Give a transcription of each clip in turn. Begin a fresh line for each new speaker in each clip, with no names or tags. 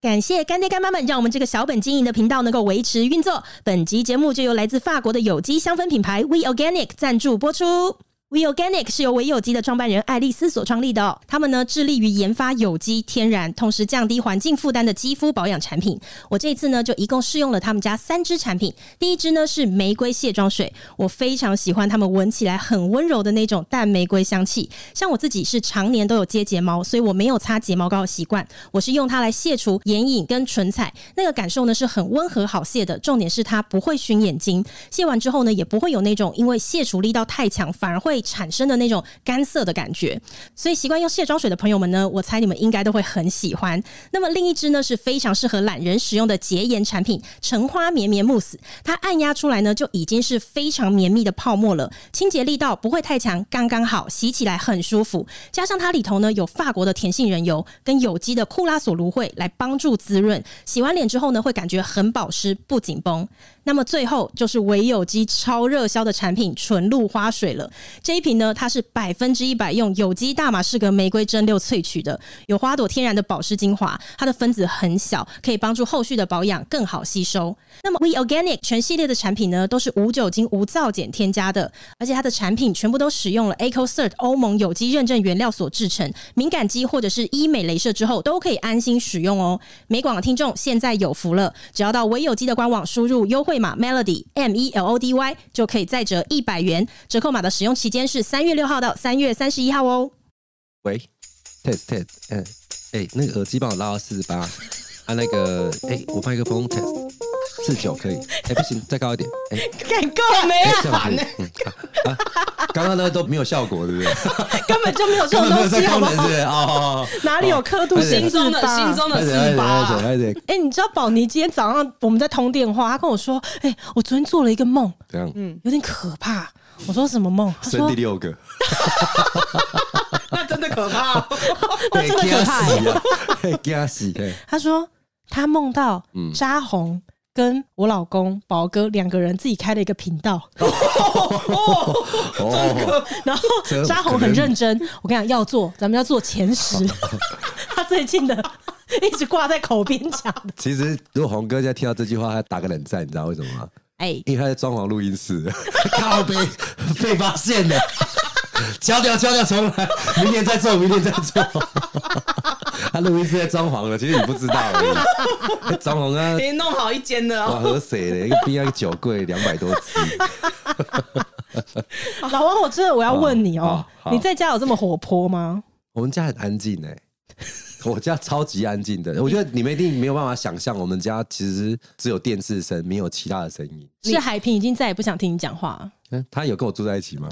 感谢干爹干妈们，让我们这个小本经营的频道能够维持运作。本集节目就由来自法国的有机香氛品牌 We Organic 赞助播出。We Organic 是由唯有机的创办人爱丽丝所创立的哦，他们呢致力于研发有机、天然，同时降低环境负担的肌肤保养产品。我这一次呢就一共试用了他们家三支产品，第一支呢是玫瑰卸妆水，我非常喜欢他们闻起来很温柔的那种淡玫瑰香气。像我自己是常年都有接睫毛，所以我没有擦睫毛膏的习惯，我是用它来卸除眼影跟唇彩，那个感受呢是很温和好卸的。重点是它不会熏眼睛，卸完之后呢也不会有那种因为卸除力道太强反而会产生的那种干涩的感觉。所以习惯用卸妆水的朋友们呢，我猜你们应该都会很喜欢。那么另一支呢是非常适合懒人使用的洁颜产品——橙花绵绵慕斯，它按压出来呢就已经是非常绵密的泡沫了，清洁力道不会太强，刚刚好，洗起来很舒服。加上它里头呢有法国的甜杏仁油跟有机的库拉索芦荟来帮助滋润，洗完脸之后呢会感觉很保湿不紧绷。那么最后就是唯有机超热销的产品纯露花水了。这一瓶呢，它是百分之一百用有机大马士革玫瑰蒸馏萃取的，有花朵天然的保湿精华，它的分子很小，可以帮助后续的保养更好吸收。那么 We Organic 全系列的产品呢，都是无酒精、无皂碱添加的，而且它的产品全部都使用了 EcoCert 欧盟有机认证原料所制成，敏感肌或者是医美镭射之后都可以安心使用哦。美广的听众现在有福了，只要到唯有机的官网输入优惠码 Melody M E L O D Y 就可以再折一百元，折扣码的使用期间是三月六号到三月三十一号哦。
喂，test test，嗯，哎、那个耳机帮我拉到四十八，啊，那个，哎、我麦克风 test 四九可以，哎、不行，再高一点，哎、
改够没
哎这样可以，嗯，好啊，刚刚那个都没有效果，对不对？
根本就没有这种
根本没有
东
在
西，好
功
不好？
能，是不是？哦哦，哦
哪里有刻度
而且
心
心中的心中的
而且
四
而且而
八
且，而且
哎、你知道宝妮今天早上我们在通电话，她跟我说：“哎、我昨天做了一个梦，
怎样？嗯，
有点可怕。”我说：“什么梦？”她
生
说：“
第六个，
那真的可 怕、哦。
那真的可怕、欸。
哎，惊死！哎，”
她说：“她梦到
嗯
扎红跟我老公宝哥两个人自己开了一个频道，
哦，
然后
这
扎红很认真。我跟你讲，要做，咱们要做前十。
哦
他最近的一直挂在口边讲的。
其实如果红哥现在听到这句话，他打个冷战，你知道为什么吗？
哎、
因为他在装潢录音室， 靠背被发现了，敲掉敲掉重来，明天再做，明天再做。 他录音室在装潢了，其实你不知道而已。 装潢啊，
你弄好一间的
哇，
哦，
喝水的一个冰箱一个酒柜两百多只，
老王，我真的我要问你哦、
好好
你在家有这么活泼吗？
我们家很安静哎、我家超级安静的，我觉得你们一定没有办法想象，我们家其实只有电视声，没有其他的声音。
是海平已经再也不想听你讲话 了。
嗯，他有跟我住在一起 吗？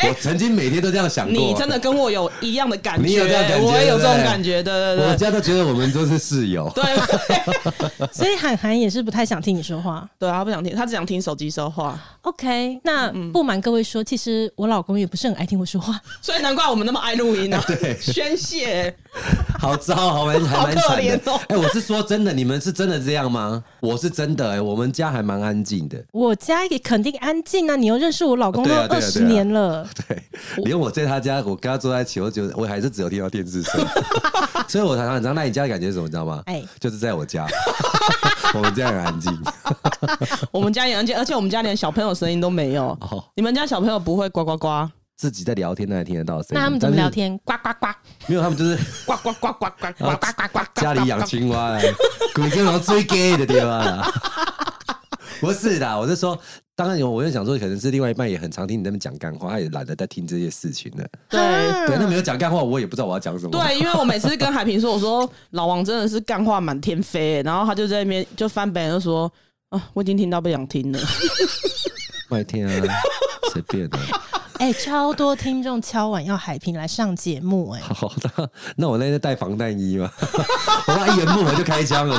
我曾经每天都这样想过。
你真的跟我有一样的感觉，
你有这样感觉
我也有这种
对不对
感觉，对
我
对对。
家都觉得我们都是室友。
对
所以韩寒也是不太想听你说话。
对，啊他不想听，他只想听手机说话，
OK，那不瞒各位说，其实我老公也不是很爱听我说话。
所以难怪我们那么爱录音啊，
对
宣泄。
好糟，好蛮还蛮
好可
惨
怜
的。哎、
哦
我是说真的，你们是真的这样吗？我是真的、哎，我们家还蛮安静的。
我家也肯定安静啊，你又认识我老公都
对啊对
二
啊
十
对啊
年 了，
对，连我在他家，我跟他坐在一起，我觉得我还是只有听到电视 声，所以我常常很常来你家的感觉是什么，你知道吗？
哎
就是在我 家，我们家很安静。
我们家也安静，而且我们家连小朋友声音都没有。
哦，
你们家小朋友不会呱呱呱
自己在聊天，那还听得到声音。
那他们怎么聊
但是？
天？呱呱呱！
没有，他们就是
呱呱呱呱呱呱呱呱呱，
家里养青蛙啊，鬼跟狼最 gay 的地方啊。 不是啦，我是说，当然有，我就想说，可能是另外一半也很常听你在那边讲干话，他也懒得再听这些事情了。
对。
对，那没有讲干话，我也不知道我要讲什么。
嗯对，因为我每次跟海平说，我说老王真的是干话满天飞、然后他就在那边就翻白眼，就说啊，我已经听到不想听 了。
麦天 啊，随便的、啊。
哎、超多听众敲碗要海平来上节目、哎，
好，那那我那天带防弹衣 嘛，我怕一言不合就开枪了，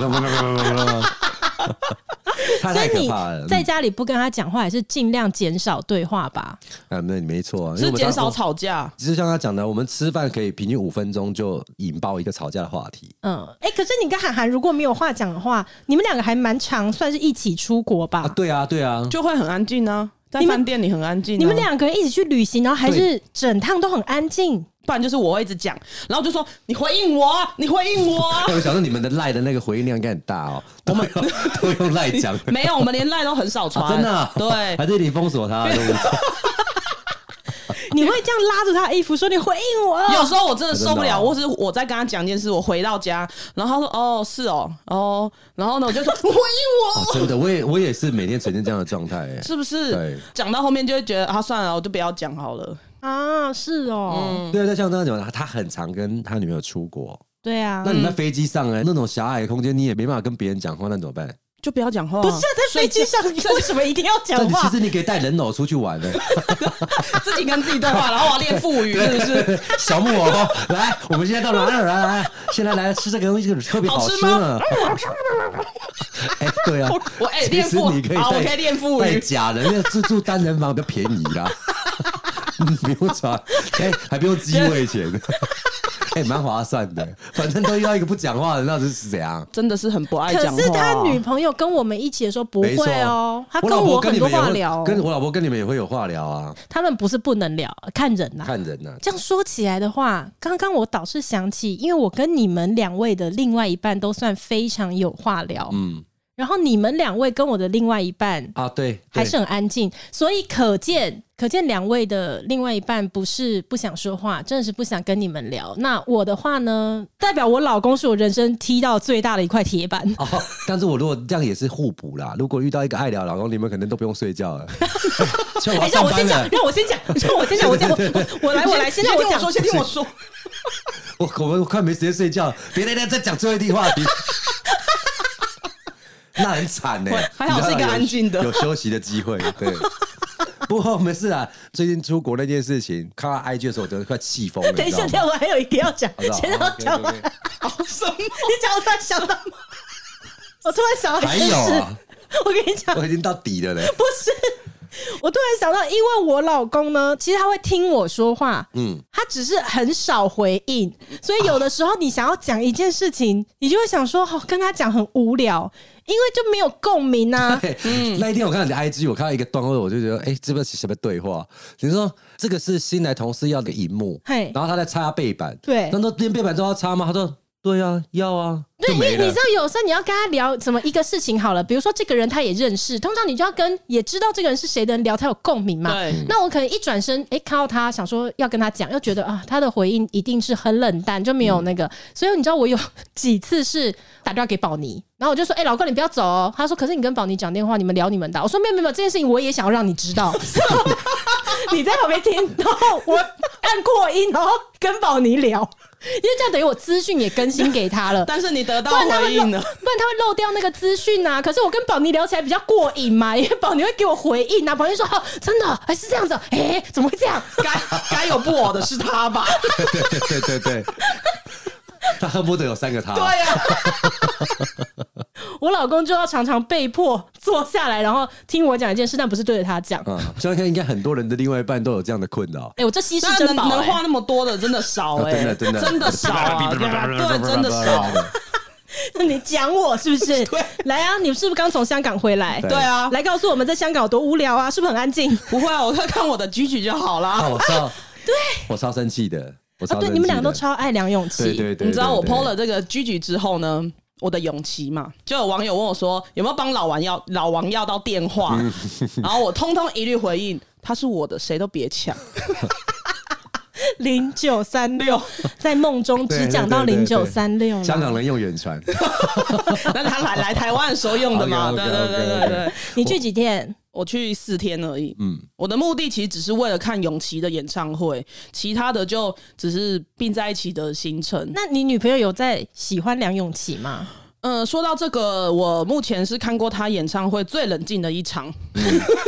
他
所
太
以
可
你
怕了。
在家里不跟他讲话，也是尽量减少对话吧？
啊，没有你没错啊，因为
是
我们
减
当
少
时。
吵架。
就像他讲的，我们吃饭可以平均五分钟就引爆一个吵架的话题。
嗯，哎、可是你跟韩寒如果没有话讲的话，你们两个还蛮常算是一起出国吧？
啊，对啊，对啊，
就会很安静啊，在
你们
饭店里很安静、啊。
你们两个人一起去旅行，然后还是整趟都很安静。
不然就是我会一直讲，然后就说你回应我啊，你回应我啊。
哎我想说你们的赖的那个回应量应该很大 哦，我们都用赖讲，
没有，我们连赖都很少传、
啊真的啊
对
还，是你封锁他，哦都无所谓
你会这样拉住他的衣服说：“你回应我。”
有时候我真的受不
真
了，
的哦
或是我在跟他讲一件事，我回到家，然后他说：“哦，是哦，哦。”然后呢，我就说：“回应我。
真的，我也我也是每天呈现这样的状态，哎
是不
对
是讲到后面就会觉得啊，算了，我就不要讲好了。
啊，是哦，
嗯
对啊，就像刚刚讲的，他很常跟他女朋友出国，
对
嗯
啊
那，你在飞机上哎，那种狭隘的空间，你也没办法跟别人讲话，那你怎么办？
就不要讲话。
不是啊在飞机上，你为什么一定要讲
但你其
话？
实你可以带人偶出去玩 的，
自己跟自己对话，然后我要练腹语，是不是？
小木偶来，我们现在到哪儿啊？来，现在来吃这个东西特别好吃呢。 哎，对啊，
我哎
其实
练腹
你可以
好
带
我可以练腹语
带假人，那自助单人房比较便宜啊 啦，你不用查，哎，还不用机位 钱，哎，蛮划算的。反正都遇到一个不讲话的，那是怎样？
真的是很不爱
可
讲话。
是他女朋友跟我们一起的时候不
没错
会哦，他
我
跟
老婆跟
很
你
多
们也
话
会
聊哦，
跟我老婆跟你们也会有话聊啊，
他们不是不能聊，看人呐。
看人呐、
这样说起来的话，刚刚我倒是想起，因为我跟你们两位的另外一半都算非常有话聊，
嗯
然后你们两位跟我的另外一半
啊，对，
还
对
是很安静，所以可见可见两位的另外一半不是不想说话，真的是不想跟你们聊。那我的话呢，代表我老公是我人生踢到最大的一块铁板。
哦，但是我如果这样也是互补啦。如果遇到一个爱聊的老公，你们可能都不用睡觉 了。像我
哎、
要
让
上
我
班
先讲
了，，
让我先讲，让我先讲，我讲，我我来，我来，先让
听
讲
我，说，先听我说。
我我们快没时间睡觉，别别别再讲最后一题话题。那很惨呢、
还好是一
你知
个
道有
安静的
有休息的机会。对，不过没事啊。最近出国那件事情，看到 IG 的时候，我真的快气疯了。
等一下，
你
等一
知道
下，
吗
我还有一个要讲，
好不好
先让我讲完。
OK，OK，OK
好什么？
你讲，我突然想到，我突然想到一
还
件
有
事，
啊，
我跟你讲，
我已经到底了嘞。
不是，我突然想到，因为我老公呢，其实他会听我说话，
嗯，
他只是很少回应，所以有的时候你想要讲一件事情，你就会想说，哦，跟他讲很无聊，因为就没有共 鸣啊。
对，哎那一天我看到你的 IG，我看到一个段落，我就觉得，哎、这边是什么对话？你说这个是新来同事要的荧幕，
嘿
然后他在擦背板，
对
那都连背板都要擦吗？他说，对啊，要啊，
对，
就
因为
没
你
了
知。道，有时候你要跟他聊什么一个事情好了，比如说这个人他也认识，通常你就要跟也知道这个人是谁的人聊才有共鸣嘛。
对，
那我可能一转身，哎、看到他，想说要跟他讲，又觉得啊，他的回应一定是很冷淡，就没有那个。所以你知道我有几次是打电话给宝妮，然后我就说，哎、老公你不要走哦。他说，可是你跟宝妮讲电话，你们聊你们的啊。我说没有没有，这件事情我也想要让你知 道。你在旁边听，然后我按扩音，然后跟宝妮聊，因为这样等于我资讯也更新给他了。
但是你得到
不然他会
回
漏，不
应
然
了。
他会漏掉那个资讯啊。可是我跟宝妮聊起来比较过瘾嘛，因为宝妮会给我回应啊。宝妮说：“哦，真的还是这样子哦，哎、怎么会这样？
该该有不偶的是他吧？
对对对 对对，他恨不得有三个他。
对呀、
我老公就要常常被迫坐下来，然后听我讲一件事，但不是对着他讲。
嗯，相信应该很多人的另外一半都有这样的困 扰。
哎、我这稀世
那
珍
能
宝、
能
哎
画那么多的真的少哎、
真的真的
真的少啊！对啊对，真的少。
你讲我是不 是？来啊，你是不是刚从香港回来？
对
对啊，
来告诉我们在香港有多无聊啊，是不是很安 静？
不会啊，我在看我的 G G 就好啦。
啊，我超，对，我超生气的，我
啊，
超生气
对，
的
你们两个都超爱梁咏琪。
对对对，
你知道我
对
PO 了，这个狙击之后呢，我的永琪嘛，就有网友问我说有没有帮老王要老王要到电话，然后我通通一律回应，他是我的，谁都别抢。
零九三六， 在梦中
对
只讲到
对
零
对
九
对
三六了。
香港人用远传，
那他来来台湾的时候用的嘛，对
OK，OK，OK，
对对对
OK，OK
对。
你去几天？
我去四天而已，
嗯，
我的目的其实只是为了看永琪的演唱会，其他的就只是并在一起的行程。
那你女朋友有在喜欢梁咏琪 吗？
嗯、说到这个，我目前是看过他演唱会最冷静的一场，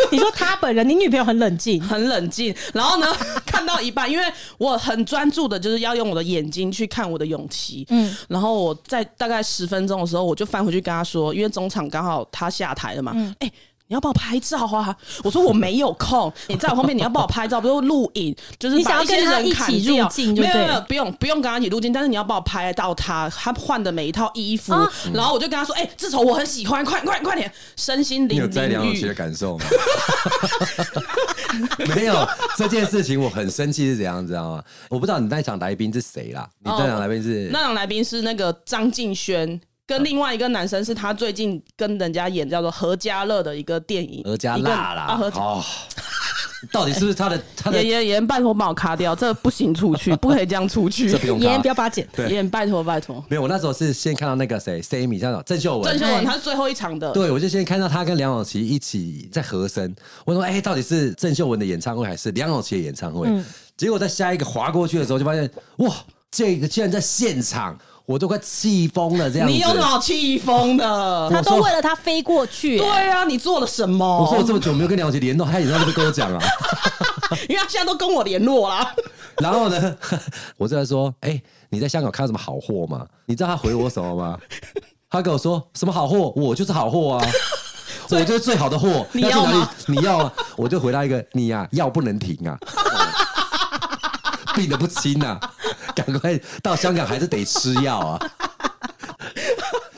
你说她本人，你女朋友很冷静，
很冷静。然后呢， 看到一半，因为我很专注的，就是要用我的眼睛去看我的永琪。嗯，然后我
嗯
在大概十分钟的时候，我就翻回去跟他说，因为中场刚好他下台了嘛。哎、你要帮我拍照啊！我说我没有 空，你在我后面你要帮我拍照，不是录影，就是
你想
把
要
一些
跟他
人
一
砍
起入
掉
境就
没有
对
没有不用不用跟他一起入境，但是你要帮我拍到他他换的每一套衣服，
啊
然后我就跟他说，哎、这首我很喜欢，快快快点，身心
你
灵
有在梁
领
咏琪的
域。
感受吗？ 没有这件事情，我很生气是怎样，你知道吗？我不知道你那一场来宾是谁啦，你那场来宾是、
哦那场来宾是那个张敬轩。跟另外一个男生是他最近跟人家演叫做何家乐的一个电影，
何家
一个
辣啦，
啊何家
哦，到底是不是他的他的
演演演，拜托帮我卡掉，这不行出去，不可以这样出去
这。不用
妍
看
不。要把它剪，
对
演拜托拜托，
没有，我那时候是先看到那个谁，Sammy，叫什么郑秀文，
郑秀
哎
文他是最后一场的，
对，我就先看到他跟梁咏琪一起在和声，我说：“哎、到底是郑秀文的演唱会还是梁咏琪的演唱会？”
嗯
结果在下一个划过去的时候，就发现哇，这个竟然在现场，我都快气疯了这样子。
你有什么好气疯的？
他都为了他飞过去、
对
欸
啊，你做了什么？
我说我这么久没有跟梁咏琪联络，他也在那边跟我讲啊。
因为他现在都跟我联络啦。
然后呢，我就在说：“哎、你在香港看到什么好货吗？”你知道他回我什么吗？他跟我说：“什么好货？我就是好货 啊。”我就是最好的货，
你
去
要
哪里
吗？
你要啊？我就回答一个：你呀、药不能停啊， 病得不轻啊，赶快到香港还是得吃药啊。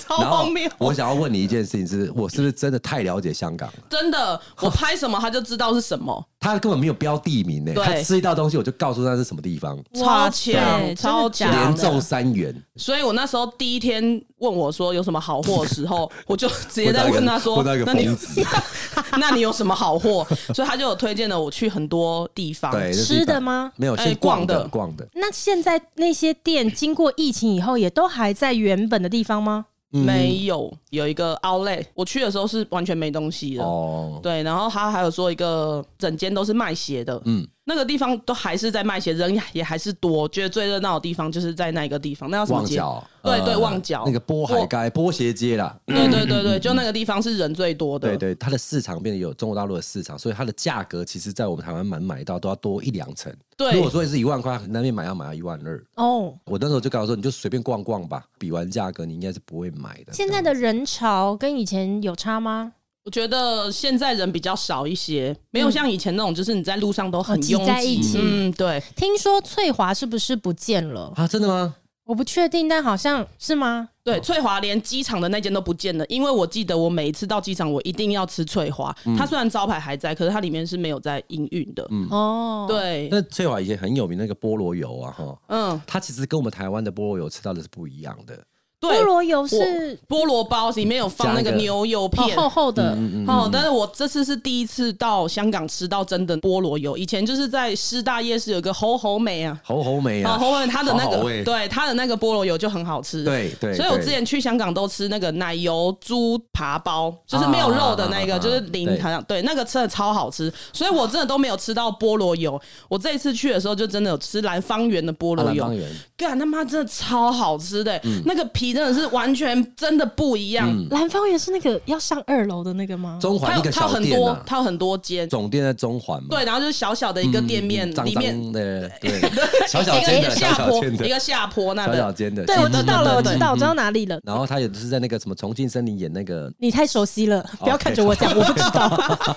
超
然后
荒谬！
我想要问你一件事情是，我是不是真的太了解香港了？
真的，我拍什么他就知道是什么，
他根本没有标地名呢、
对
他吃一道东西我就告诉他是什么地方，
哇
超
塞
强，超
真的假
连
的
强。
奏三元。
所以我那时候第一天问我说有什么好货的 时候，我就直接在问他说
问到一：“个
那你
疯子
那你有什么好货？”所以他就有推荐了我去很多地方。
对，那是
吃
一
的
般
吗
没有，
哎
先逛
逛
的
的
逛的，
那现在那些店经过疫情以后，也都还在原本的地方吗？
没有有一个 outlet，我去的时候是完全没东西的。
哦，
对，然后他还有说一个整间都是卖鞋的，
嗯
嗯，那个地方都还是在卖鞋，人也还是多。我觉得最热闹的地方就是在那一个地方，那啊叫什么
旺
街？
角，
对
呃
对，旺角
那个波海
我
街波鞋街啦，
对对对对，就那个地方是人最多的。
对对，它的市场变得有中国大陆的市场，所以它的价格其实，在我们台湾买买到都要多一两成。
对
如果说是一万块，那边买要买到一万二。
哦，
我那时候就跟他说，你就随便逛逛吧，比完价格你应该是不会买的。
现在的人潮跟以前有差吗？
我觉得现在人比较少一些，没有像以前那种，就是你在路上都很
哦嗯挤
拥
在一
挤
起。
嗯，对，
听说翠华是不是不见了？
啊，真的吗？
我不确定，但好像是吗？
对，翠华连机场的那间都不见了，因为我记得我每一次到机场，我一定要吃翠华。
嗯
它虽然招牌还在，可是它里面是没有在营运的。
哦，，
对，
那翠华以前很有名那个菠萝油啊，哈，
嗯，
它其实跟我们台湾的菠萝油吃到的是不一样的。
对
菠，萝油是
菠萝包里面有放那
加
个
一个
牛油
哦
片。
厚厚
嗯
的，
哦，但是我这次是第一次到香港吃到真的菠萝油，以前就是在师大夜市有一个猴猴梅啊，
猴猴梅
哦，
啊，
猴猴梅它的那
好
个
好味
对它的那个菠萝油就很好吃，
对对
所以我
对
之前去香港都吃那个奶油猪扒包，就是没有肉的那
啊啊啊啊
个，
啊
就是零糖，对，那个真的超好吃，所以我真的都没有吃到菠萝油。我这一次去的时候就真的有吃兰芳园的菠
阿
萝
兰
油
啊方，圆，嗯
干他妈真的超好吃的、欸那个皮真的是完全真的不一样。
兰芳园是那个要上二楼的那个吗？
中
它
环
有
嗯一个
它有
小
很
店
多
啊，，
它有很多间，
总店在中环嘛。
对，然后就是小小的一个店面，
嗯脏
里面
脏的，对，小小间
一
的，
个
小
下
小
坡，
间的
一，个下坡那
小小
个。
间的。
对，我知道了，我
对对
知道，我知
嗯
道哪里了。
然后他也是在那个什么重庆森林演那个，
你太熟悉了，
哦
不要看着 我讲，我不知道。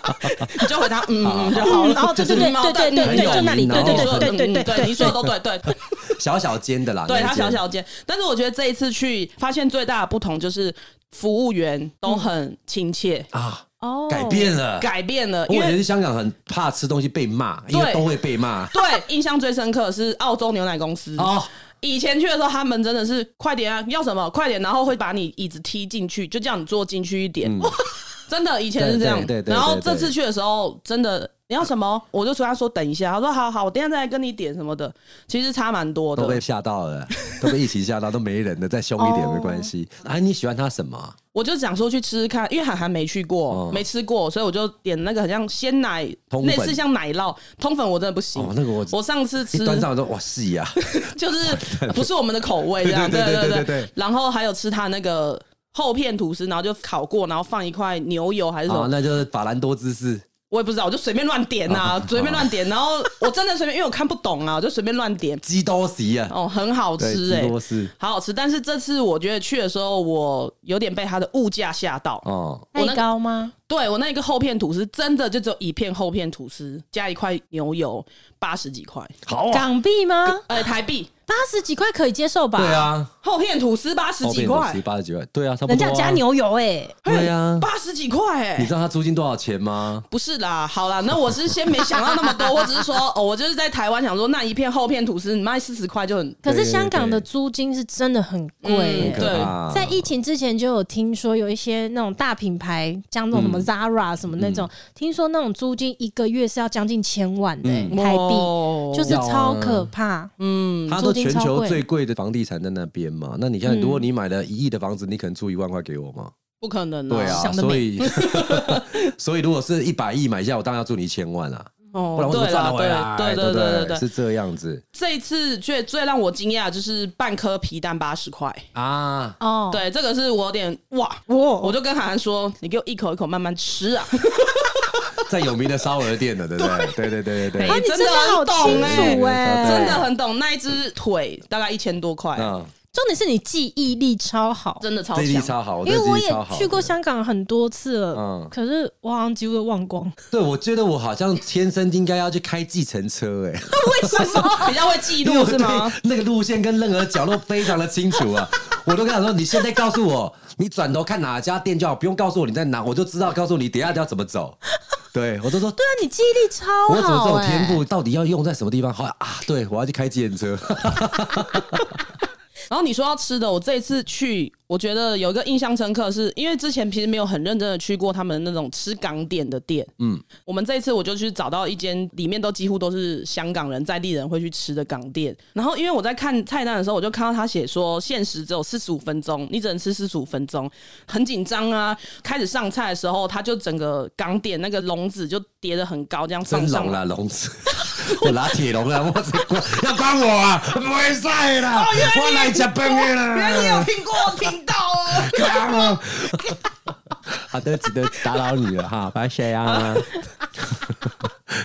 你就回答嗯嗯就好
嗯，然
了。
后对对对对对对对，就那里，对对对对对对
对，
对
你说的都对对，
小小间的啦，
对
那
它
一间
小小间。但是我觉得这一次去发现最大的不同就是服务员都
嗯
很亲切，
啊，
哦，
改变了。
改变了，
我
因
以前
为。
去香港很怕吃东西被骂，因为
对
都会被骂。
对，印象最深刻的是澳洲牛奶公司。
哦，
以前去的时候，他们真的是快点啊，要什么快点，然后会把你椅子踢进去，就叫你坐进去一点。 真的，以前是这样。
嗯对对对对
然后
对
这次去的时候，真的你要什么，我就说他说等一下，他说好好，我等一下再来跟你点什么的。其实差蛮多
哦都被
的。
吓到了，都被疫情吓到，都没人了，再凶一点没关系。啊，你喜欢他什么？
我就想说去吃吃看，因为涵涵没去过，
嗯
没吃过，所以我就点那个很像鲜奶
通，粉
类似像奶酪通粉，我真的不行
哦。那个我
我上次吃
一端上来说哇是啊呀，
就是呃不是我们的口味这样，
对对对
对
对对对
对
对
然后还有吃它那个
哦
厚片吐司，然后就烤过，然后放一块牛油还是什么，
啊，那就是法兰多芝士。
我也不知道，我就随便乱点
哦
呐、随便乱点。然后我真的随便，因为我看不懂啊，我就随便乱点。
鸡多席啊，
哦，很好
对，
吃哎、
鸡多是
好好吃。但是这次我觉得去的时候，我有点被它的物价吓到。
哦，
我那
太高吗？
对我那个厚片吐司，真的就只有一片厚片吐司，加一块牛油，八十几块，
好啊，
港币吗？
呃，台币
八十几块可以接受吧？
对，啊，
厚片吐司八十几块，
八十几块，对啊，差不多、
人家
啊。
有加，牛油哎、
对啊，
八十几块哎、
你知道他租金多少钱吗？
不是啦，好啦，那我是先没想到那么多，我只是说，哦，我就是在台湾想说，那一片厚片吐司你卖四十块就很
可是
对对
香港的
对
租金是真的很贵、
嗯
欸
很可怕
在疫情之前就有听说有一些那种大品牌，像那种什
嗯
么 Zara 什么那种，听说那种租金一个月是要将近千万的、欸
嗯
台币，
哦
就是
要啊
超可怕。
嗯，
他都
租
全
金超
球
贵
最贵的房地产在那边嘛，那你看，
嗯
如果你买了一亿的房子，你可能出一万块给我吗？
不可能、
对啊，
想得美
所以所以 如果是一百亿买下，我当然要住你一千万啊，
哦
不然我怎么
对啦
赚回来？啊哎
对
对
对
不
对对对。
是这样子
这一次最最让我惊讶的就是半颗皮蛋八十块，
啊。
哦，
对，这个是我有点哇，我
哇，
就跟韩寒说，你给我一口一口慢慢吃 啊，
在有名的烧鹅店的，对不对？对对对对对
哎
啊，
对，
你真
真
的
的很
好
懂
清
欸
楚哎、
对
真的很懂。那一只腿大概一千多块，
嗯，
重点是你记忆力超好，
真的超
这一季
强。
超好，
因
这
为
一季
我也
超好
去过
的
香港很多次了，
嗯
可是我好像几乎都忘光。
对， 我觉得我好像天生应该要去开计程车、哎，
为什么 比较会 记录是吗？？
那个路线跟任何角落非常的清楚啊！我都跟他说，你现在告诉我，你转头看哪家店就好，不用告诉我你在哪，我就知道告诉你等一下要怎么走。对，我都说，
对啊，你记忆力超好、
我
欸，
怎么这种
哎
天赋到底要用在什么地方？后来啊，对我要去开计程车，
然后你说要吃的，我这一次去，我觉得有一个印象深刻是，因为之前其实没有很认真的去过他们那种吃港点的店。嗯，我们这一次我就去找到一间里面都几乎都是香港人在地人会去吃的港店。然后因为我在看菜单的时候，我就看到他写说限时只有四十五分钟，你只能吃四十五分钟，很紧张啊。开始上菜的时候，他就整个港点那个笼子就叠得很高，这样放
真
上
聋
来。
了，聋子。我拿铁笼了，我只关要关我啊！不会晒啦，我来吃饭的
原哎来你有
啦。
听过，我听到哦。
干嘛 好的，值得打扰你了哈，拜谢啊。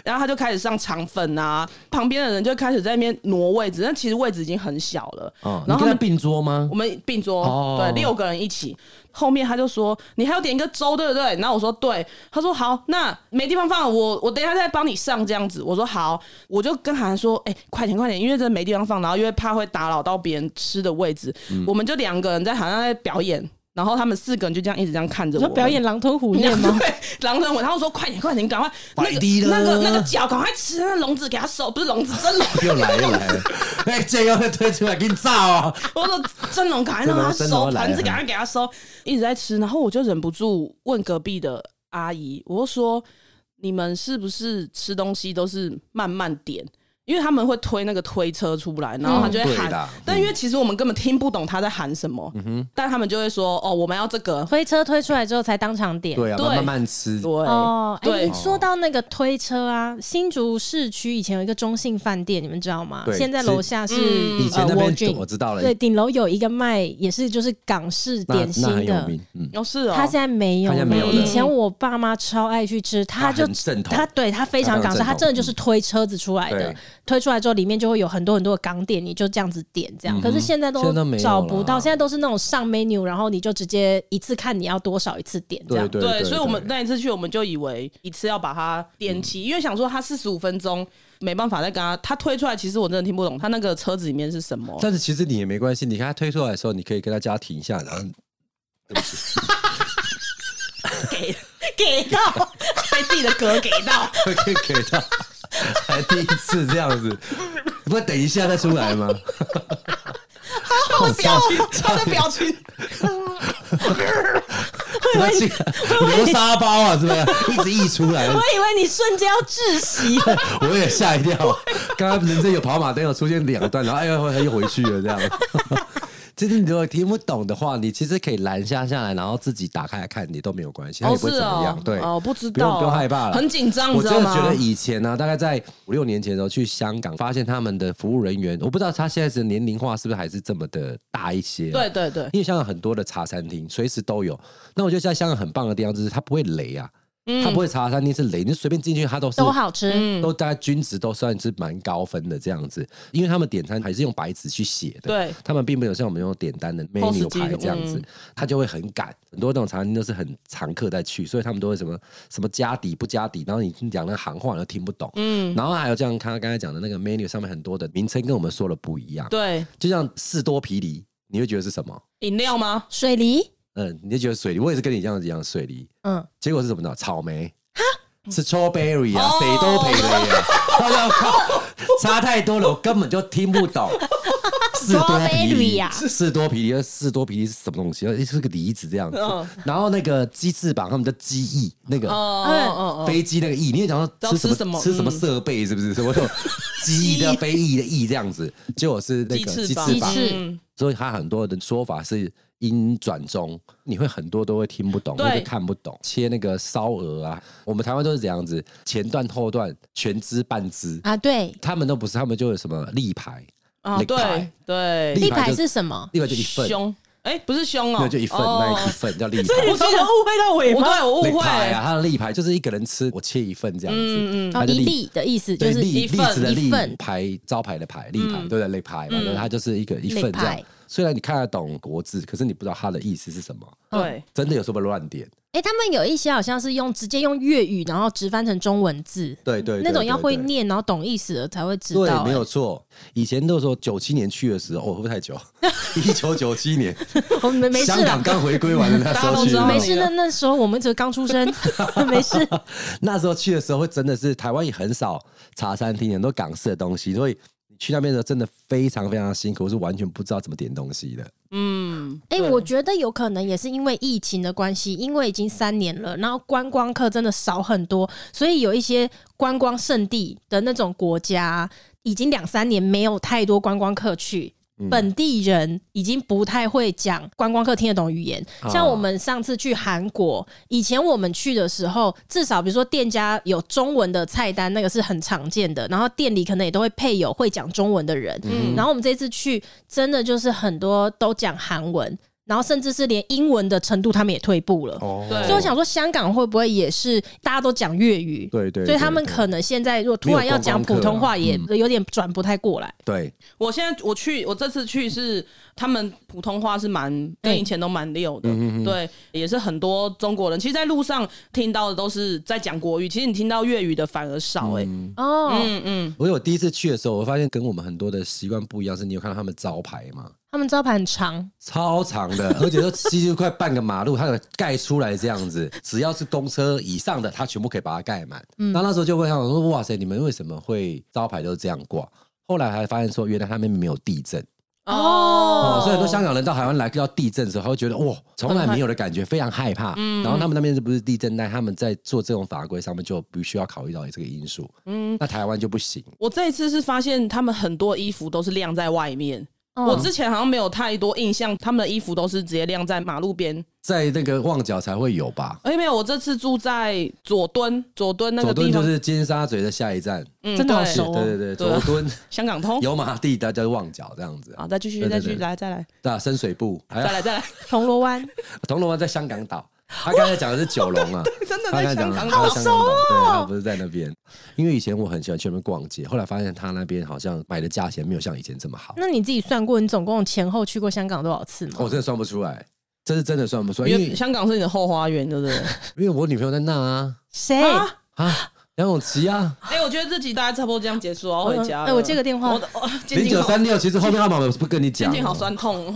然后他就开始上肠粉啊，旁边的人就开始在那边挪位置，但其实位置已经很小了。
哦，你
然
跟
后他
他
们
并桌吗
我？们并桌，
哦
对，六个人一起。后面他就说：“你还要点一个粥，对不对？”然后我说：“对。”他说：“好，那没地方放，我我等一下再帮你上这样子。”我说：“好。”我就跟韩说：“哎、快点快点，因为真的没地方放，然后因为怕会打扰到别人吃的位置，我们就两个人在好像在表演。”然后他们四个人就这样一直这样看着
你说
我们，
表演狼吞虎咽 吗？
对，狼人吻，他们说快点快点，赶快
摆低了
那个那个那个脚赶快吃，那笼子给他收，不是笼子 真笼，
又来又来了， 哎，这又被推出来给你炸哦！
我说真笼赶快让他
真笼真
收，
笼来了
盘子赶快给他收，一直在吃，然后我就忍不住问隔壁的阿姨，我就说你们是不是吃东西都是慢慢点？因为他们会推那个推车出来，然后他就会
嗯
喊，
对啦嗯
但因为其实我们根本听不懂他在喊什么，但他们就会说哦，我们要这个，
推车推出来之后才当场点。
对啊，
对
慢慢吃
对，
哦，哎、
对
你说到那个推车啊，新竹市区以前有一个中信饭店，你们知道吗？
对
现在楼下是、
嗯
以前
呃
那
Wall
边
Gin
我知道了，
对，顶楼有一个卖，也是就是港式
那
点心
那很有
的。
名，嗯，
哦是哦，
他现在没有
它
了，
现在没有
了
以前我爸妈超爱去吃，
它
他就
很正统
他对他非常港式，
它非常正
他
统
真的就是推车子出来的
对，
推出来之后里面就会有很多很多的港点，你就这样子点这样。可是现在
嗯现
都
在都没有
找不到，
了
现在都是那种上 menu，然后你就直接一次看你要多少一次点这
对
样。
对嗯
对，所以我们那一次去，我们就以为一次要把它点齐，因为想说它四十五分钟没办法再跟他，他推出来，其实我真的听不懂他那个车子里面是什么。
但是其实你也没关系，你看他推出来的时候，你可以跟他家停一下，然后
给给到被自己的嗝给到，
可以给他，还第一次这样子，不等一下再出来吗？
好笑哦，他的表情，
我这个流沙包啊，是不是一直溢出来？
我以为你瞬间要窒息，
我也吓一跳，刚刚人生有跑马灯有出现两段，然后哎呦又回去了这样。其实你如果听不懂的话，你其实可以拦下下来，然后自己打开来看，你都没有关系，它也
哦
不会
是
怎么
哦
样。，对，
哦不知
不用
道，
不用害怕了，
很紧张，
我
你知
真
道
的觉
吗？
得以前啊呢、大概在五六年前的时候去香港，发现他们的服务人员，我不知道他现在的年龄化是不是还是这么的大一些、
对，对对，
因为香港很多的茶餐厅随时都有。那我觉得在香港很棒的地方就是它不会雷啊，
嗯
它不会茶餐厅是雷，你就随便进去它都是
都好吃，
都大概均值都算是蛮高分的这样子，因为他们点餐还是用白纸去写的，
对
他们并没有像我们用点单的 menu
机的嗯
牌这样子，他就会很赶。很多那种茶餐厅都是很常客在去，所以他们都会什么什么加底不加底，然后你讲那行话你都听不懂，嗯，然后还有这样，他刚才讲的那个 menu 上面很多的名称跟我们说的不一样，，
对，
就像士多啤梨，你会觉得是什么？
饮料吗？
水梨，
嗯，你就觉得水梨，我也是跟你这样子一样水梨，
嗯，
结果是什么呢？草莓是 strawberry 啊，谁都赔了耶！我要靠，差太多了，我根本就听不懂。士多啤
Strawberry
梨
呀
士多啤梨，士多啤梨是什么东西？呃是个梨子这样子
嗯。
然后那个鸡翅膀，他们叫鸡翼，那个
哦哦哦，
飞机那个翼，你也讲到吃什
知道吃什
么
么
吃什么
嗯
设备是不是？什么鸡翼的飞翼的翼这样子，结果是那
鸡
个
翅
鸡
膀，
翅膀
鸡。翅
嗯
所以它很多的说法是音转中，你会很多都会听不懂，
对
或者看不懂。切那个烧鹅啊，我们台湾都是这样子，前段后段全只半只，
啊，对，
他们都不是，他们就有什么立牌，
啊，
立
对
牌
对，
立
立
牌
牌
就是
什么？
立牌就一份，
胸，哎，不是胸
没
哦，
有就一份，
哦
那一份叫立牌。
我记得
误会到尾
我对我误
立
会，
牌啊，他的立牌就是一个人吃，我切一份这样子，
嗯
它
哦，
就
一粒的意思就
对
是
立
一
栗
份
子的
一
立
份
牌招牌的牌立牌，对
嗯
不对？立牌嘛，
嗯
对它就是一个一份这样
立牌。
虽然你看得懂国字，可是你不知道它的意思是什么，
对，
真的有时候会乱点。
哎、他们有一些好像是用直接用粤语，然后直翻成中文字，
对对，对
那种要会。
对对
念，哎然后懂意思的才会知道、
对，
诶
没有错。以前都说九七年去的时候，哦，会不会太 久？一九九七年，
我欸没没
香
事啊
港
啦，
刚回归完的那时候去
大家都知道
没
的时候，
事。那那时候我们只刚出生， 没事。
那时候去的时候，会真的是台湾也很少茶餐厅，很多港式的东西，所以你去那边的时候真的非常非常辛苦，是完全不知道怎么点东西的。
嗯，
哎、
对
我觉得有可能也是因为疫情的关系，因为已经三年了，然后观光客真的少很多，所以有一些观光胜地的那种国家，已经两三年没有太多观光客去。
嗯
本地人已经不太会讲观光客听得懂语言，
哦
像我们上次去韩国，以前我们去的时候，至少比如说店家有中文的菜单，那个是很常见的，然后店里可能也都会配有会讲中文的人，
嗯
然后我们这次去，真的就是很多都讲韩文，然后甚至是连英文的程度他们也退步了。
哦
对
所以我想说，香港会不会也是大家都讲粤语？
对对对
所以他们可能现在如果突然要讲普通话，
没有
也
观光嗯
有点转不太过来。
对，
我现在我去，我这次去是他们普通话是蛮跟以前都蛮溜的，
嗯
对，也是很多中国人。其实，在路上听到的都是在讲国语，其实你听到粤语的反而少、欸，哎、嗯，
哦，
嗯嗯，
我有第一次去的时候，我发现跟我们很多的习惯不一样，是你有看到他们招牌吗？
他们招牌很长，
超长的， 而且都几乎快半个马路，它有盖出来这样子。只要是公车以上的，它全部可以把它盖满。
嗯
那、那时候就问他们说：“哇塞，你们为什么会招牌都这样挂？”后来还发现说，原来他们没有地震
哦
哦，所以很多香港人到台湾来遇到地震的时候，他会觉得哇，从来没有的感觉，非常害怕。
嗯
然后他们那边不是地震带，他们在做这种法规上面就必须要考虑到这个因素。嗯，那台湾就不行。
我这一次是发现他们很多衣服都是晾在外面。
哦
我之前好像没有太多印象，他们的衣服都是直接晾在马路边。
在那个旺角才会有吧？
哎、没有，我这次住在佐敦，佐敦那
佐
个
敦
地
就
方，
是尖沙咀的下一站，
嗯
真的好
对
熟哦
对对对，
对
佐
啊
敦
香港通。
油麻地，大家旺角这样子
好，再继续，
对对
再
对
继续，来，再来，
对啊，深水埗，还
再
有
来，再 来，
铜锣湾
铜锣湾在香港岛。他刚才讲的是九龙 啊，
真的
他刚
在
才讲
香
的
港
他
好啊
在香港岛，对，他不是在那边。因为以前我很喜欢去那边逛街，后来发现他那边好像买的价钱没有像以前这么
嗯
好，哦
那你自己算过，你总共前后去过香港多少次吗？
我真的算不出来，这是真的算不出来，
因
因
为
为
香港是你的后花园，对不对？
因为我女朋友在那啊
谁？
啊
啊，梁咏琪啊，
哎、我觉得这集大概差不多这样结束，我要回家了。
哎我接个电话
我的哦肩
零
颈
九
好，
三六，其实后面号码我不跟你
肩
讲
颈
哦，
好酸痛。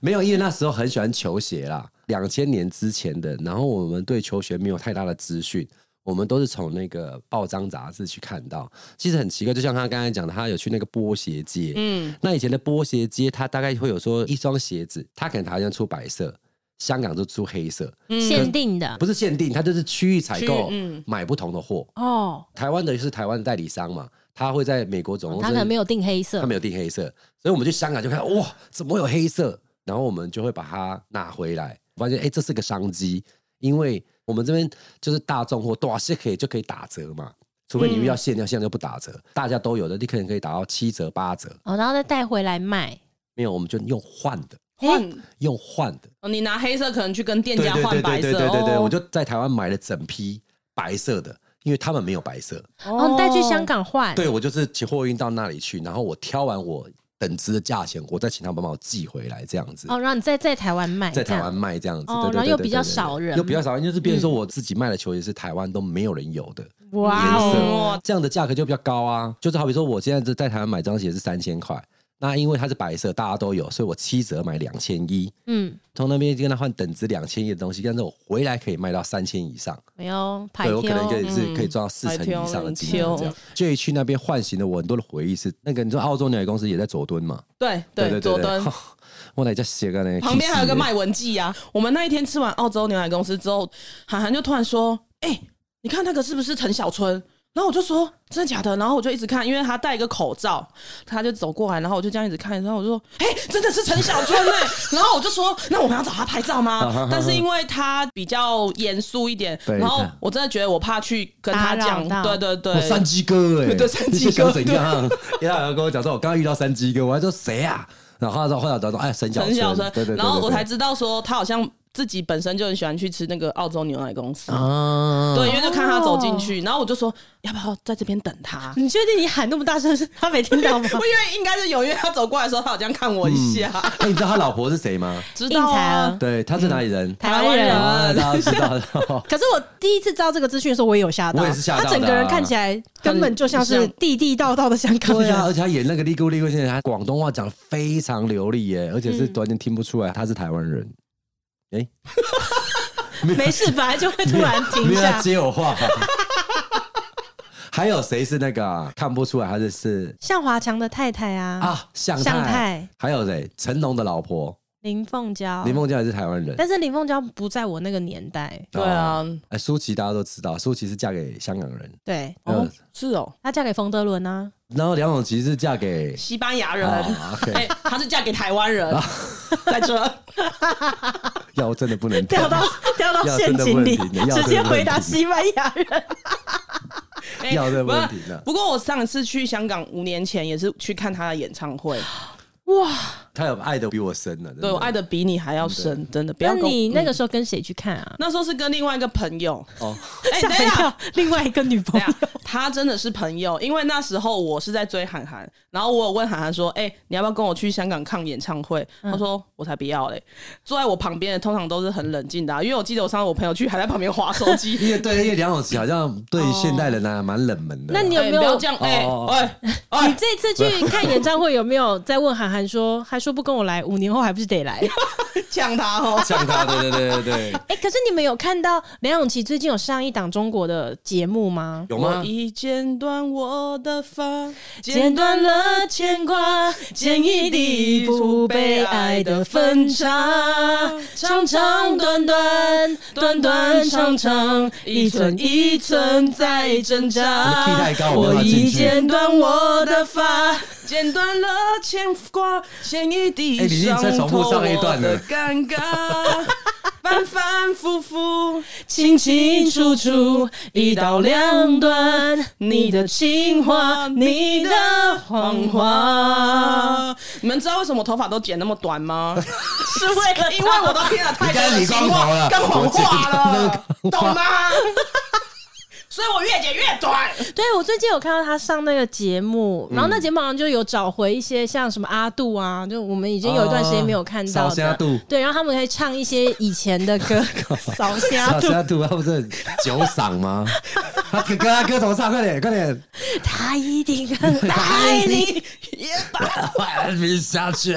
没有，因为那时候很喜欢球鞋啦，两千年之前的。然后我们对球鞋没有太大的资讯，我们都是从那个报章杂志去看到。其实很奇怪，就像他刚才讲的，他有去那个波鞋街。嗯，那以前的波鞋街，它大概会有说一双鞋子，它可能台湾出白色，香港就出黑色，
限定的
不是限定，它就是区域采购，
区域嗯
买不同的货。
哦，
台湾的是台湾的代理商嘛，他会在美国总公司，
他可能没有定黑色
他，没有订黑色，所以我们去香港就看哇，怎么会有黑色？然后我们就会把它拿回来，发现哎、诶这是个商机，因为我们这边就是大众货，多少是可以就可以打折嘛，除非你遇到限量，限量就不打
嗯
折，大家都有的，你可能可以打到七折八折。
哦，然后再带回来卖。
没有，我们就用换的，
换、
用换的，
哦你拿黑色可能去跟店
对
家
对
换
对
白
对
色，
对对对对，
哦
我就在台湾买了整批白色的，因为他们没有白色，
哦，带去香。港换，
对我就是骑货运到那里去，然后我挑完我等值的价钱，我再请他们帮我寄回来，这样子。
哦，然后你再在台湾卖，
在台
这
湾
样
卖这样子，
哦
对对对
然后又
对对
比较
对对
少人嗯
又比较少人，就是变成说我自己卖的球鞋是台湾都没有人有的，
哇哦，
这样的价格就比较高啊。就是好比说，我现在在台湾买这双鞋是三千块，那因为它是白色，大家都有，所以我七折买两千一，
嗯，
从那边就跟他换等值两千一的东西，但是我回来可以卖到三千以上，
没有排
对我可能
挑
可以是
嗯
可以赚到四成以
嗯
上的金额这
还挑
样。这一去那边唤醒了我很多的回忆是，那个你说澳洲鸟语公司也在佐敦嘛？
对对，左
对
端，
我哪家鞋啊个哎呢？
旁边还有个
卖。
卖文记啊。我们那一天吃完澳洲牛奶公司之后，韩寒就突然说：“哎、你看那个是不是陈小春？”然后我就说：“真的假的？”然后我就一直看，因为他戴一个口罩，他就走过来，然后我就这样一直看，然后我就说：“哎、真的是陈小春 哎、然后我就说：“那我们要找他拍照吗？”但是因为他比较严肃一点，
啊对
然后
他
我真的觉得我怕去跟
打
他
扰
讲，
到？
对对对，
哦，山鸡哥哎、欸，
对山鸡哥
你想怎样？ 叶大友跟我讲说，我刚刚遇到山鸡哥，我还说谁啊？然后他说后来找到哎，沈小
陈小
春，对对对
春，然后我才知道说他好像自己本身就很喜欢去吃那个澳洲牛奶公司。
啊，
对，因为就看他走进去，然后我就说要不要在这边等他
你确定你喊那么大声，是他没听 到吗？
我以为应该是有，因为他走过来的时候，他好像看我一下，
哎、你知道他老婆是谁吗？
知道啊
应。
对，他是哪里 人？
台湾人
啊，大家知道。
可是我第一次知道这个资讯的时候，我也有吓到，
我也是吓到的啊
他整个人看起来根本就像是
很
地地道道的香港
对
人。
啊，而且他演那个《利姑利姑》，现在他广东话讲的非常流利
嗯
耶，而且是完全听不出来他是台湾 人。哎、
没 事，本来就会突然停
没有要
下。
接我 话。还有谁是那个啊、看不出来他是是
向华强的太太啊，
啊，向太，
向太
还有谁？成龙的老婆
林凤
啊
娇，
林凤娇也是台湾人。
但是林凤娇不在我那个年代，
对啊，
哎，舒淇大家都知道，舒淇是嫁给香港人，
对
哦
嗯，
是哦，
她嫁给冯德伦啊，
然后梁咏琪是嫁给
西班牙人，
啊
哎
，OK，，
他是嫁给台湾
哦
人， 在这
药真的不 能停
掉到掉到陷阱里
要真的问题，要真的
直接回答
问题
西班牙人。
哎
要这
不
问题呢。
不过我上次去香港五年前也是去看他的演唱
哦
会，
他有爱的比我深啊呢，真
对我爱的比你还要深，真的不要
那
跟我
你那个
嗯
时候跟谁去看啊？
那时候是跟另外一个朋友，
哦，
哎，
吓
等一
一
下，
跳，另外一个女朋
对
友
啊，他真的是朋友，因为那时候我是在追韩寒，然后我有问韩寒说：“哎、你要不要跟我去香港看演唱会？”
嗯
他说：“我才不要嘞！”坐在我旁边的通常都是很冷静的啊、因为我记得我上次我朋友去还在旁边划手机。
因为对，因为梁咏琪好像对于现代人
哦
呢蛮冷门的。啊
那 你有
哎
没
不要
有
这？样？哎
哦
哎
你
哎，
这次去看演唱会有没有在问韩寒说，还说不跟我来，五年后还不是得 来？
呛他哦！
像他，对对对对 对，
哎、可是你们有看到梁咏琪最近有上一档中国的节目吗？
有
我
吗？
已剪断我的发，
剪断了牵挂，剪一地不被爱的分叉，长长短短，短短长长，一寸一寸在挣扎
你的 key 太高。我没办
我
法进去
已剪断我的发，
剪断了牵挂，牵一
哎
滴
你已经
伤
在重复
透
上一
我
段了
的尴尬，反反复复。
清清楚楚，一刀两断。你的情话，你的谎话，。
你们知道为什么我头发都剪那么 短吗？
是为了
因为我都听了太多的
你
情
刚才理光头
话
了
跟谎话了，
我剪
懂吗？ 所以我越剪越短。
对，我最近有看到他上那个节目，然
嗯
后那节目好像就有找回一些像什么阿杜啊，就我们已经有一段时间没有看到
啊扫
的。
虾杜
对，然后他们可以唱一些以前的 歌，扫虾
沙
杜。
沙杜，他不是酒嗓吗？ 他哥哥他歌怎么唱？快点快点！
他一定很 爱你。
没下去。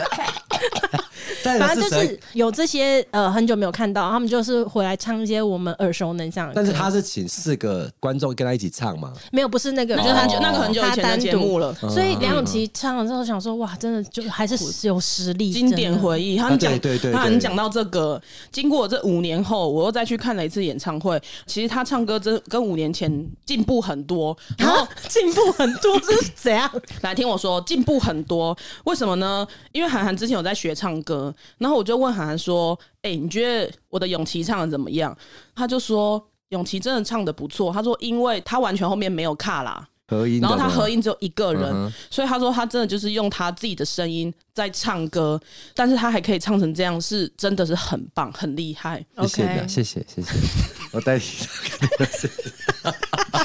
反
但
正
是
就是
谁？
有这些呃，很久没有看到，他们就是回来唱一些我们耳熟能详的歌。
但是他是请四个观众跟他一起唱嘛？
没有，不是那个，哦
那个很久，那个很久以
他
前的
单
节
独
目嗯了。
所以梁咏琪唱了之后，想说哇，真的就还是有实力，
经典
真的
回忆，他们讲，
啊对对对对
他们讲到这个，经过这五年后，我又再去看了一次演唱会。其实他唱歌真跟五年前进步很多，然后
啊进步很多，这是怎 样？
来听我说，进步很多。为什么呢？因为韩寒之前有在学唱歌，然后我就问韩寒说：“哎、你觉得我的永琪唱的怎么样？”他就说：“永琪真的唱的不错。”他说：“因为他完全后面没有卡啦。”
合音的
然后他
吗
合音只有一个人，
啊嗯哼
所以他说他真的就是用他自己的声音在唱歌，但是他还可以唱成这样，是真的是很棒，很厉害。
谢谢你啊
OK
谢谢 谢谢，我代替他给你们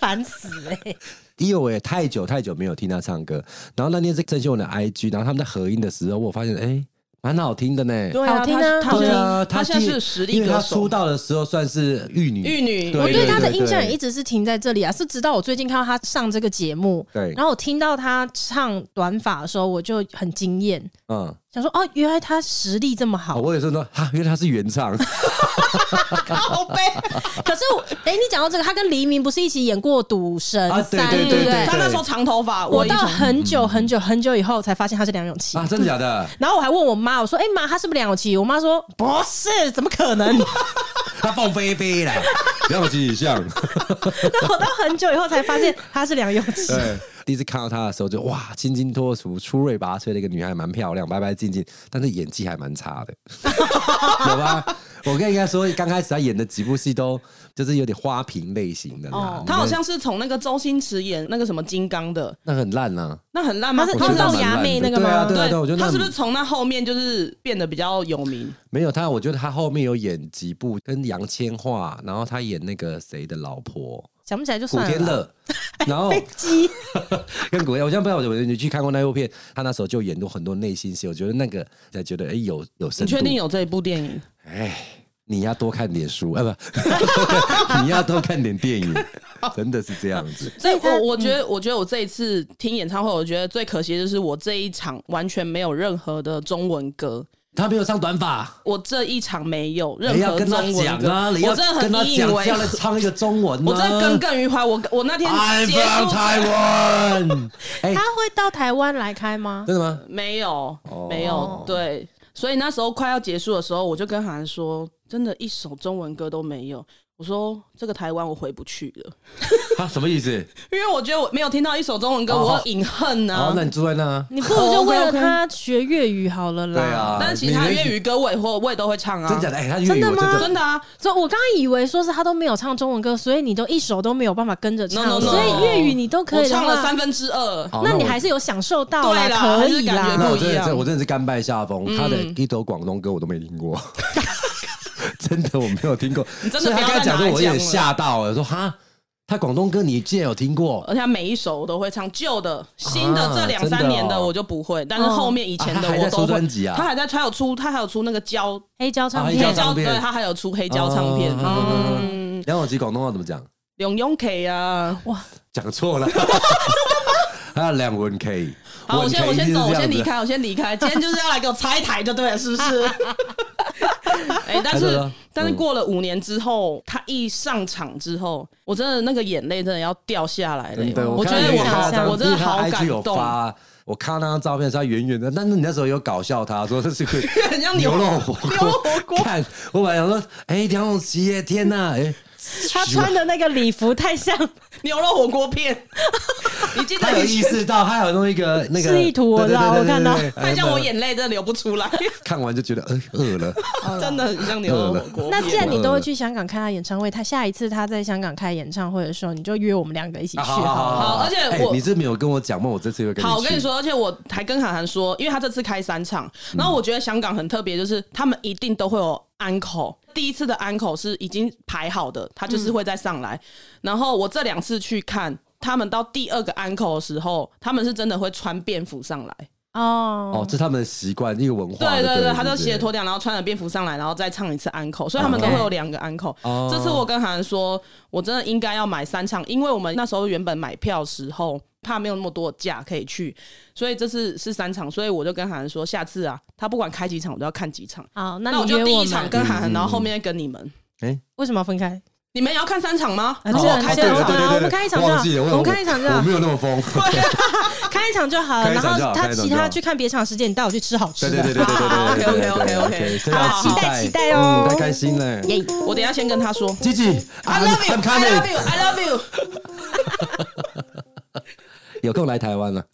烦死
欸
哎、
因为我也太久太久没有听他唱歌，然后那天是郑秀文的 IG，然后他们在合音的时候，我发现哎，蛮、好听的呢。
对啊，
好听啊
他他
对啊，
他现在是实力
因为
歌
他
手
出，道的时候算是玉女，
玉女
对
我对他的
对
印象
对
也一直是停在这里啊，是直到我最近看到他上这个节目，
对
然后我听到他唱短发的时候，我就很惊艳，
嗯，啊
想说哦，原来他实力这么好。
我有时候说哈，原来他是原唱，
好悲，
可是我，哎、你讲到这个，他跟黎明不是一起演过《赌神
啊对
三》
对
不
对对
对？
他那时候长头发，
我
我
到
到
很久很久很久以后才发现他是梁咏琪
啊，。真的假的？
然后我还问我妈，我说：“哎、妈，他是不是梁咏琪？”我妈说：“不是，怎么可能？”
他放飞飞啦，梁咏琪也像。
然后我到很久以后才发现他是梁咏琪。
对，第一次看到她的时候就哇，清新脱俗、出类拔萃的一个女孩，蛮漂亮，白白净净，但是演技还蛮差的，有吧？我跟人家说，刚开始她演的几部戏都就是有点花瓶类型的啦
哦，
那
他好像是从那个周星驰演那个什么金刚的，
那很烂啊。
那很烂吗？
他是
我觉得
他
她
是
蛮烂
龅牙
的
妹那个
对啊，
吗
对啊，对啊，我觉得
他
那
是不是从那后面就是变得比较有名？
没有她，我觉得她后面有演几部跟杨千嬅，然后她演那个谁的老婆
想不起来就
古
算
天
了啦。
乐，然后
飞机，
跟古天，我现在不知道有没有你去看过那部片，他那时候就演过很多内心戏，我觉得那个才觉得哎、有有深
你
度。
确定有这一部电影？
哎，你要多看点书啊， 不，你要多看点电影，真的是这样子。
所以
他
我我觉
嗯
得，我觉得我这一次听演唱会，我觉得最可惜的就是我这一场完全没有任何的中文歌，
他没有唱短发，
我这一场没有任
哎你要
何
跟他
中文
讲
歌，
啊，你
我
要
真的
跟他
很引以
讲，
为
叫他唱一个中文、啊。
我真的耿耿于怀。我我那天
I'm
结
from
束
Taiwan，哎、
他会到台湾来开吗？
真的吗？
没有
哦
没有对，所以那时候快要结束的时候，我就跟韩说，真的，一首中文歌都没有。我说这个台湾我回不去了，
他、啊什么意思？
因为我觉得我没有听到一首中文歌，
哦
我隐恨呐、
好、那你住在那啊？
你不如就为了他学粤语好了啦。
对啊，
但是其他粤语歌我也会我也都会唱
你
啊，
真假的？哎、他粤语我
真的吗
真的
真的啊，
所以我刚刚以为说是他都没有唱中文歌，所以你都一首都没有办法跟着唱
No, no, no
所以粤语你都可
我
以的话
唱了三分之二。
好
那你
我
还是有享受到啦，
对啦
可
还是
以
感觉
啦。
那我真
不一
的
样嗯
是我真的是甘拜下风，他的一首广东歌我都没听过， 真的我没有听过。
你真的
所以他
不要
刚才
再
讲
拿
说，
来
我有点
讲了
吓到了，说哈，他广东歌你竟然有听过？
而且他每一首我都会唱，旧的、新的、
啊
这两
真的
三
哦
年的我就不会，
哦
但是后面以前
啊
的
他还在
我
出
都
专
会。
辑啊
他还在，他有出，他还有出那个胶
黑胶唱
啊黑
片
胶
黑
唱
胶，
片
对他还有出黑胶唱片，
啊
嗯，
梁咏琪广东话怎么讲？
梁咏琪啊，
讲错 了，还有梁文 K。
好，我
文
先我
K
先
是
走，
这
我
样
先
子
离。开，我先离开。今天就是要来给我拆台就对了，是不 是？哎，但
真的
是
嗯
但是过了五年之后，他一上场之后，我真的那个眼泪真的要掉下来
真
了。
的，
我觉
看到
得
有一
我
张
好，我真的
因为他
好
IG
感
有
动，
发，我看到那张照片，是他远远的，但是你那时候有搞笑他，说这是个
很像
牛
牛
肉火锅。
牛肉火锅
看，我本来想说，哎、梁咏琪耶，天哪，哎、
他穿的那个礼服太像，
牛肉火锅片， 你记
他
得
有
以
意
前
识到，他有弄一个那个
示意图我知道
对对对对
我看到
对对
太像我眼泪真的流不 出来，
看完就觉得，呃，饿 了。
真的很像牛肉火锅片。
那既然你都会去香港看他演唱会，他下一次他在香港开演唱会的时候，你就约我们两个一起去啊好了。
好而且
哎
我
你这没有跟我讲嘛，我这次会跟
好，我跟
去
你，说，而且我还跟韩寒说，因为他这次开三场，然后我觉得香港很特别，就是他们一定都会有安口。第一次的安口是已经排好的，他就是会再上来。然后我这两次去看，他们到第二个安口的时候，他们是真的会穿便服上来。
哦，
哦，
这是他们的习惯，一个文化。
对
对
对对，
了
他就斜。
是
脱掉，然后穿了便服上来，然后再唱一次安口，所以他们都会有两个安口。
哦
这次我跟韩寒说，我真的应该要买三场，因为我们那时候原本买票时候怕没有那么多假可以去，所以这次是三场，所以我就跟韩寒说，下次啊，他不管开几场，我都要看几场。
好，
那
哦那你
就
约
第
我
一场
们。
跟韩寒，然后后面再跟你们。
哎
为什么要分开？
你们也要看三场吗？
啊
不
这
是
样
哦
这
对对
样好
对对
啦
对
我们开一场就
忘记了
好，我们开一场就
我
好，
没有那么疯。
开一场就好了。
开一
然
场就好
后他
开一场
其
就好
他去看别场时间，你带我去吃好吃
对
的。
对对对对对对对
OK，OK，OK，OK
真的
好期待
待
期待哦
嗯太开心了。
耶
我等一下先跟他说。
吉吉
I love you,
I'm
I love
coming，
you, I love you。
有空来台湾了。